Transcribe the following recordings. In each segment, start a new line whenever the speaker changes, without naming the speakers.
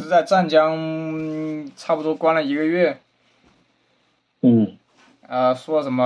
是在湛江，差不多关了一个月。
嗯
呃，说什么，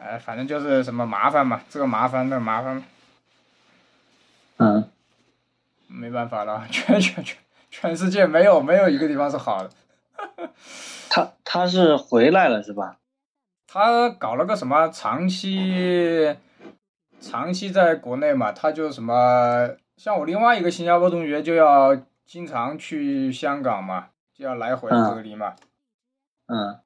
呃，反正就是什么麻烦嘛，这个麻烦那个麻烦，
嗯，
没办法了，全全全全世界没有没有一个地方是好的。
他他是回来了是吧？
他搞了个什么长期，长期在国内嘛，他就什么，像我另外一个新加坡同学就要经常去香港嘛，就要来回
嗯
隔离嘛。
嗯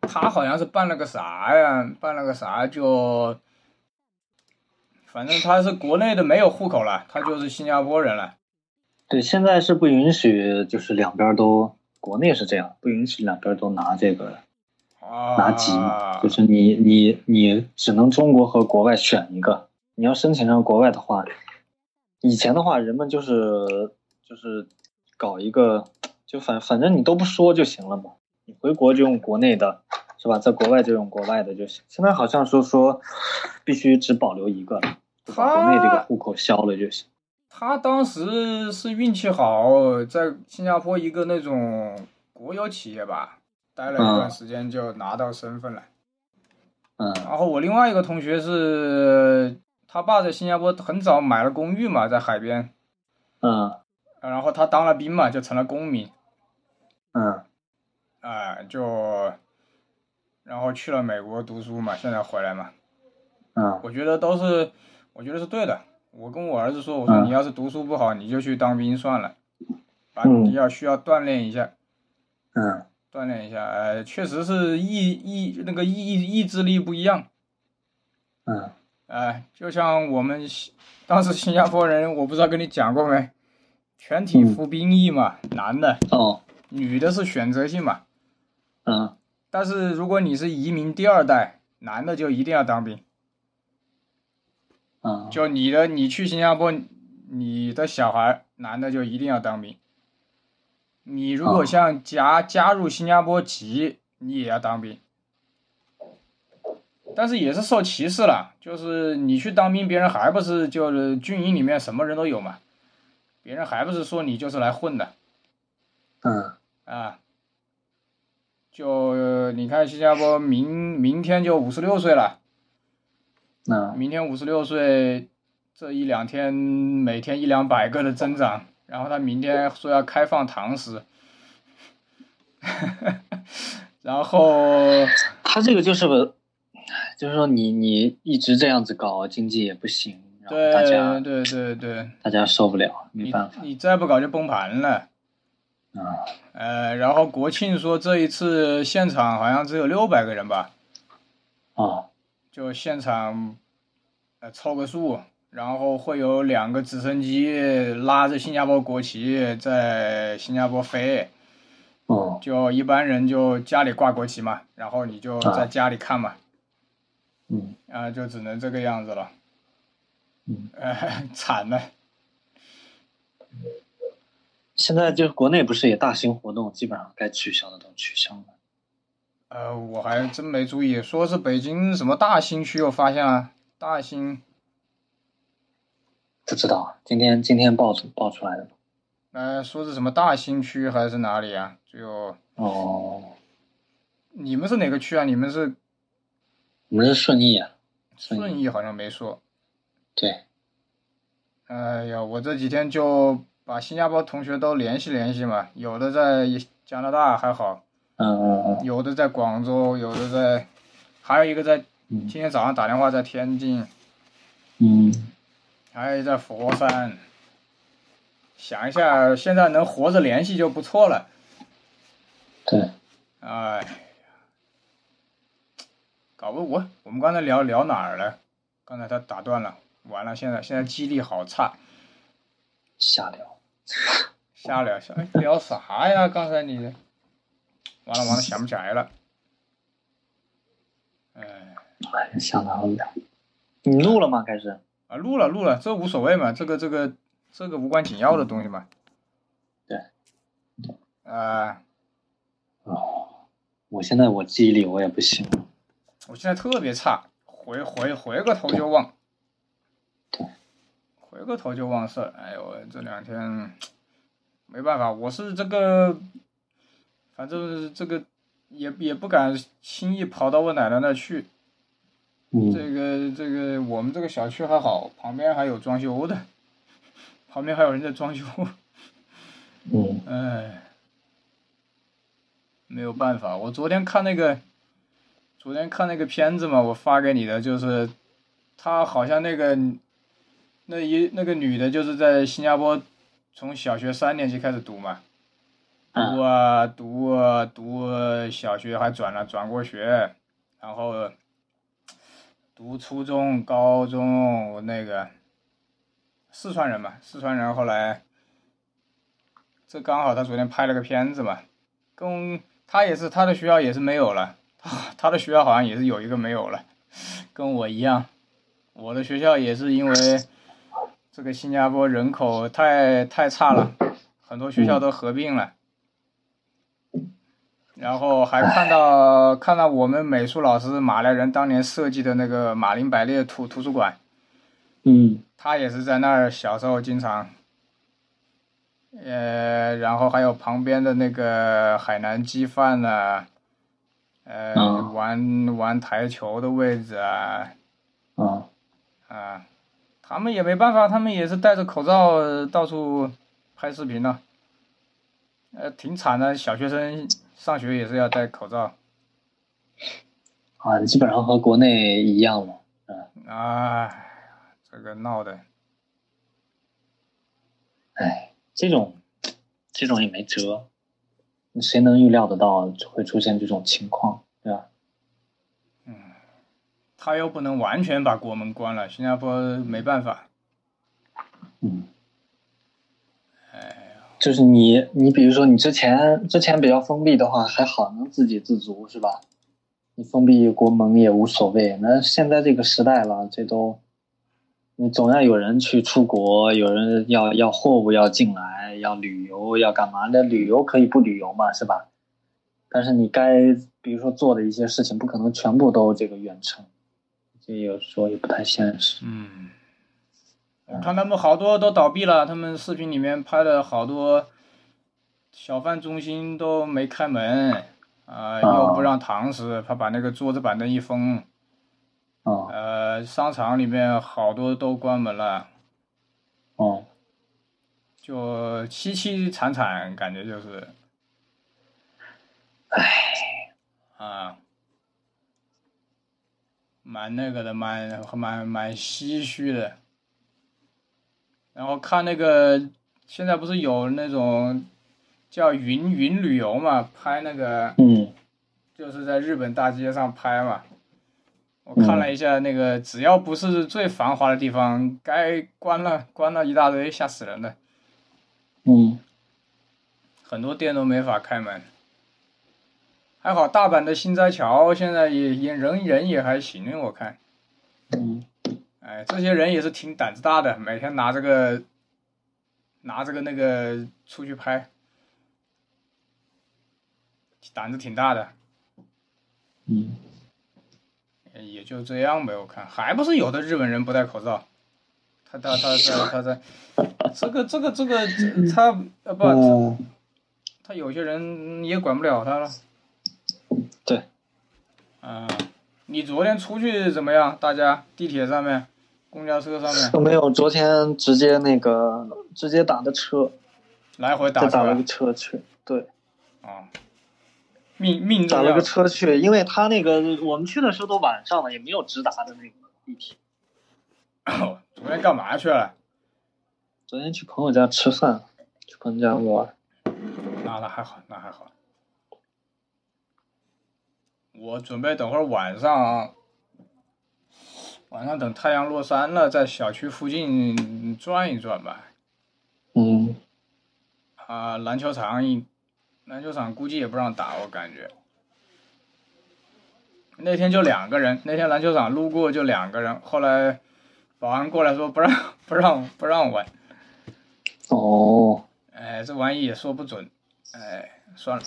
他好像是办了个啥呀？办了个啥就，反正他是国内的没有户口了，他就是新加坡人了。
对，现在是不允许，就是两边都国内是这样，不允许两边都拿这个
啊，
拿籍，就是你你你只能中国和国外选一个。你要申请上国外的话，以前的话人们就是就是搞一个，就反反正你都不说就行了嘛。你回国就用国内的，是吧？在国外就用国外的就行。现在好像说说必须只保留一个了，就把国内这个户口消了就行。
他当时是运气好，在新加坡一个那种国有企业吧，待了一段时间就拿到身份了。
嗯
然后我另外一个同学是，他爸在新加坡很早买了公寓嘛，在海边，
嗯
然后他当了兵嘛，就成了公民，
嗯
啊、就，然后去了美国读书嘛，现在回来嘛，
嗯
我觉得都是，我觉得是对的。我跟我儿子说，我说
嗯
你要是读书不好，你就去当兵算了，啊，
嗯
你要需要锻炼一下，
嗯
锻炼一下，呃，确实是意意那个意意意志力不一样，
嗯
呃，就像我们新当时新加坡人，我不知道跟你讲过没，全
嗯
体服兵役嘛，男的、
哦
女的是选择性嘛，
嗯
但是如果你是移民第二代，男的就一定要当兵，
嗯
就你的你去新加坡，你的小孩男的就一定要当兵，你如果
哦
像加加入新加坡籍，你也要当兵，但是也是受歧视了，就是你去当兵，别人还不是就是军营里面什么人都有嘛，别人还不是说你就是来混的
嗯
啊。就、呃你看新加坡明明天就五十六岁了，
嗯
明天五十六岁，这一两天每天一两百个的增长， 然后他明天说要开放堂食， 然后
他这个就是，唉就是说你你一直这样子搞，经济也不行，然后大
对
家
对对对，
大家受不了，没
你
办法
你再不搞就崩盘了。
啊。
呃，然后国庆说这一次现场好像只有六百个人吧，
哦，
就现场呃凑个数，然后会有两个直升机拉着新加坡国旗在新加坡飞。
哦，
就一般人就家里挂国旗嘛，然后你就在家里看嘛，
嗯
啊、就只能这个样子了，
嗯，
呃， 惨了，
现在就是国内不是也大型活动，基本上该取消的都取消了。
呃，我还真没注意，说是北京什么大兴区，我发现了大兴，
不知道啊今天今天爆出爆出来的。
呃，说是什么大兴区还是哪里啊？就
哦，
你们是哪个区啊？你们是
我们是顺义啊，顺义
顺义好像没说，
对，
哎呀，我这几天就把新加坡同学都联系联系嘛，有的在加拿大还好，
嗯嗯
有的在广州，有的在，还有一个在
嗯
今天早上打电话在天津，
嗯
还有一个在佛山。想一下，现在能活着联系就不错了。
对，
哎呀，搞不我我们刚才聊聊哪儿了？刚才他打断了，完了，现在现在记忆力好差，
瞎聊。
瞎聊瞎哎聊啥呀？刚才你，完了完了，想不起来了。哎。
哎，瞎聊一聊。你录了吗？开始？
啊，录了录了，这无所谓嘛，这个这个这个无关紧要的东西嘛。
对。
啊，
哦，我现在我记忆力我也不行了。
我现在特别差，回回回个头就忘。
对。
回过头就忘事儿。哎呦，这两天没办法，我是这个，反正这个也也不敢轻易跑到我奶奶那去。
嗯，
这个这个，我们这个小区还好，旁边还有装修的，旁边还有人在装修。
嗯，
唉，哎没有办法，我昨天看那个，昨天看那个片子嘛，我发给你的，就是他好像那个那一那个女的，就是在新加坡从小学三年级开始读嘛，读
嗯，
啊读啊读啊小学，还转了转过学，然后读初中、高中，我那个四川人嘛，四川人后来，这刚好他昨天拍了个片子嘛，跟他也是他的学校也是没有了，他他的学校好像也是有一个没有了，跟我一样，我的学校也是因为这个新加坡人口太太差了，很多学校都合并了。然后还看到看到我们美术老师马来人当年设计的那个马林百列图图书馆，
嗯，
他也是在那儿小时候经常，呃，然后还有旁边的那个海南鸡饭呢、呃，
嗯
玩玩台球的位置啊
啊，
啊，他们也没办法，他们也是戴着口罩呃到处拍视频呢、呃，挺惨的，小学生上学也是要戴口罩。
啊，基本上和国内一样了。
哎，这个闹的，
哎，这种，这种也没辙，谁能预料得到会出现这种情况，对吧？
他又不能完全把国门关了，新加坡没办法。
嗯，哎就是你，你比如说你之前之前比较封闭的话，还好能自给自足是吧？你封闭国门也无所谓。那现在这个时代了，这都你总要有人去出国，有人要要货物要进来，要旅游要干嘛？那旅游可以不旅游嘛，是吧？但是你该比如说做的一些事情，不可能全部都这个远程，这有时候也不太现实。
嗯，我看他们好多都倒闭了，他们视频里面拍的好多小贩中心都没开门，啊、又不让堂食，他把那个桌子板凳一封，
啊、
呃，商场里面好多都关门了，
哦、
就凄凄惨惨，感觉就是，唉，啊，蛮那个的，蛮蛮蛮唏嘘的。然后看那个，现在不是有那种叫云云旅游嘛，拍那个
嗯
就是在日本大街上拍嘛。我看了一下那个，只要不是最繁华的地方，该关了关了一大堆，吓死人的。
嗯
很多店都没法开门。还好大阪的新斋桥现在也也人人也还行，我看，
嗯
哎，这些人也是挺胆子大的，每天拿这个拿这个那个出去拍，胆子挺大的，
嗯
也就这样呗。我看还不是有的日本人不戴口罩，他他他他他在，这个这个这个这他呃不他
嗯。
他有些人也管不了他了。
对，
啊，你昨天出去怎么样？大家地铁上面、公交车上面
都呃没有，昨天直接那个直接打的车，
来回打
再打
车
了个车去，对，
啊，命命
打
中
了
要
个车去，因为他那个我们去的时候都晚上了，也没有直达的那个地铁。
哦昨天干嘛去了？
昨天去朋友家吃饭，去朋友家玩，
那那还好，那还好。我准备等会儿晚上，晚上等太阳落山了，在小区附近转一转吧。
嗯
啊、篮球场一，篮球场估计也不让打，我感觉。那天就两个人，那天篮球场路过就两个人，后来保安过来说不让 不让不让玩，
哦，
哎，这玩意也说不准，哎，算了，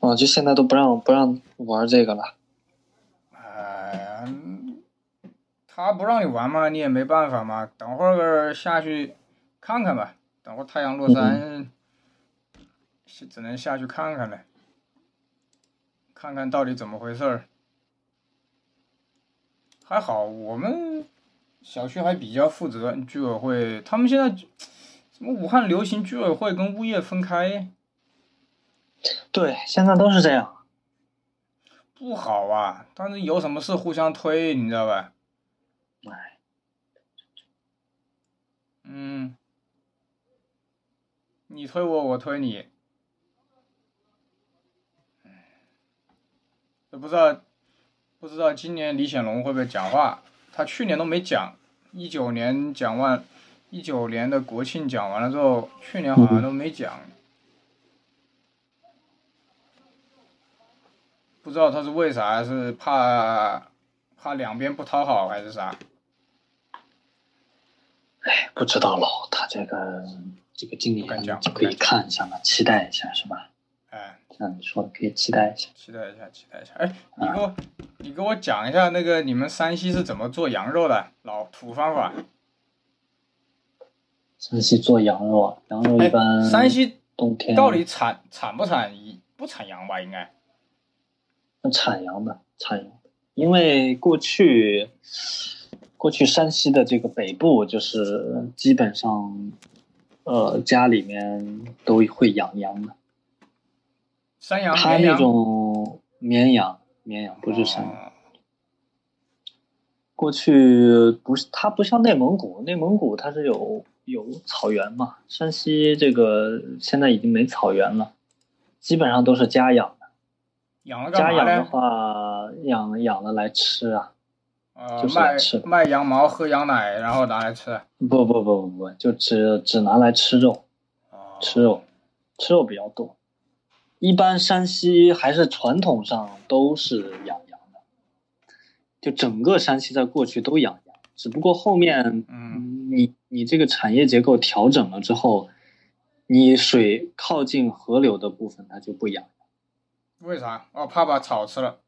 啊，就现在都不让不让玩这个了，
哎呀，嗯他不让你玩嘛，你也没办法嘛。等会儿下去看看吧，等会儿太阳落山，是只能下去看看了，看看到底怎么回事儿。还好我们小区还比较负责，居委会他们现在什么武汉流行居委会跟物业分开，
对，现在都是这样。
不好啊。但是有什么事互相推，你知道吧？
哎，
嗯，你推我，我推你，都不知道，不知道今年李显龙会不会讲话？他去年都没讲，一九年讲完，一九年的国庆讲完了之后，去年好像都没讲，不知道他是为啥，是怕怕两边不讨好还是啥？
哎，不知道喽，他这个这个今年
敢讲
就可以看一下嘛，期待一下是吧？
哎，
像你说的，可以期待一下。
期待一下，期待一下。哎，你给我，你给我讲一下那个你们山西是怎么做羊肉的？老土方法。
山西做羊肉啊，羊肉一
哎
般，嗯
山西
冬天
到底产产不产一不产羊吧？应该。
那产羊的，产羊的，因为过去过去山西的这个北部，就是基本上，呃，家里面都会养羊的。
山羊、
他
绵
那
羊。
种绵羊，绵羊不是山羊。
哦
过去不是它不像内蒙古，内蒙古它是有有草原嘛，山西这个现在已经没草原了，基本上都是家养的。
养了
家
干嘛
养的
呢？
话，养养了来吃啊。
呃，
就是
卖
吃
卖羊毛、喝羊奶，然后拿来吃。
不不不不不，就只只拿来吃肉，
哦。
吃肉，吃肉比较多。一般山西还是传统上都是养羊的，就整个山西在过去都养羊，只不过后面
嗯
嗯你你这个产业结构调整了之后，你水靠近河流的部分它就不养，
为啥？哦，怕把草吃了。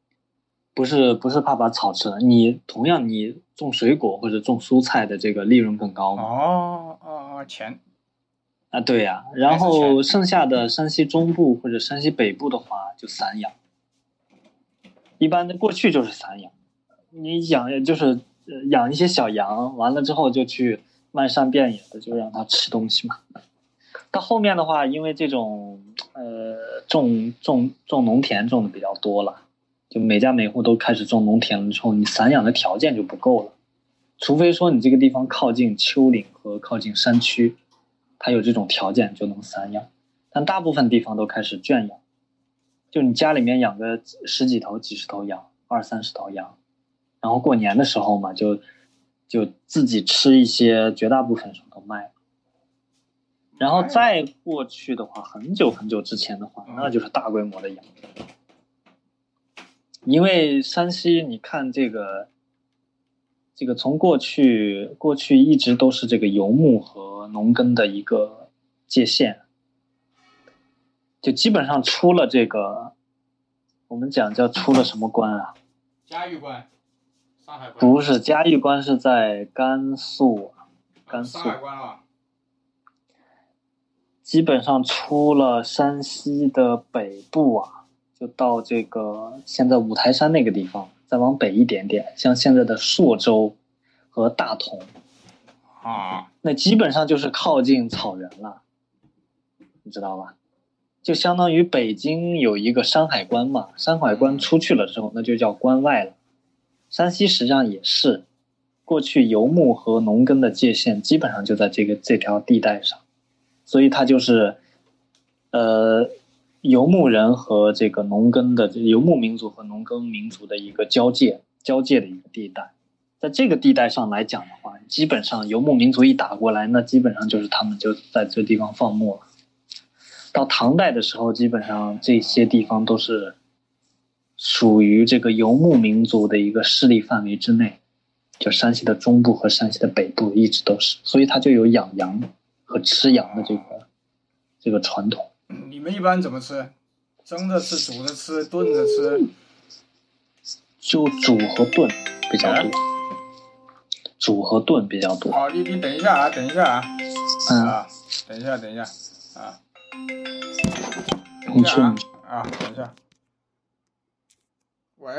不是不是怕把草吃了，你同样你种水果或者种蔬菜的这个利润更高嘛。
哦哦哦，钱。
啊，对呀、
还
然
是
后
全
剩下的山西中部或者山西北部的话，就散养。一般的过去就是散养，你养就是呃养一些小羊，完了之后就去漫山遍野的就让它吃东西嘛。到后面的话，因为这种呃种种种农田种的比较多了，就每家每户都开始种农田了之后，你散养的条件就不够了，除非说你这个地方靠近丘陵和靠近山区，它有这种条件就能散养，但大部分地方都开始圈养，就你家里面养个十几头、几十头羊，二三十头羊，然后过年的时候嘛，就就自己吃一些，绝大部分时候都卖了。然
哎
后再过去的话，很久很久之前的话，那就是大规模的养。因为山西，你看这个，这个从过去过去一直都是这个游牧和农耕的一个界限，就基本上出了这个，我们讲叫出了什么关啊？
嘉峪关，上海关。
不是嘉峪关是在甘肃，啊甘肃
上海关了。
基本上出了山西的北部啊，就到这个现在五台山那个地方，再往北一点点，像现在的朔州和大同，
啊。
那基本上就是靠近草原了，你知道吧？就相当于北京有一个山海关嘛，山海关出去了之后，那就叫关外了。山西实际上也是，过去游牧和农耕的界限基本上就在这个这条地带上，所以它就是，呃，游牧人和这个农耕的游牧民族和农耕民族的一个交界交界的一个地带。在这个地带上来讲的话，基本上游牧民族一打过来，那基本上就是他们就在这地方放牧了。到唐代的时候，基本上这些地方都是属于这个游牧民族的一个势力范围之内，就山西的中部和山西的北部一直都是，所以它就有养羊和吃羊的这个这个传统。
你们一般怎么吃？蒸着吃、煮着吃、炖着吃？
就煮和炖比较多。主和顿比较多。
好，你你等一下啊，等一下啊，
嗯，
啊，等一下，等一下，啊，等
你
一
去
下
你
啊，啊，等一下，喂。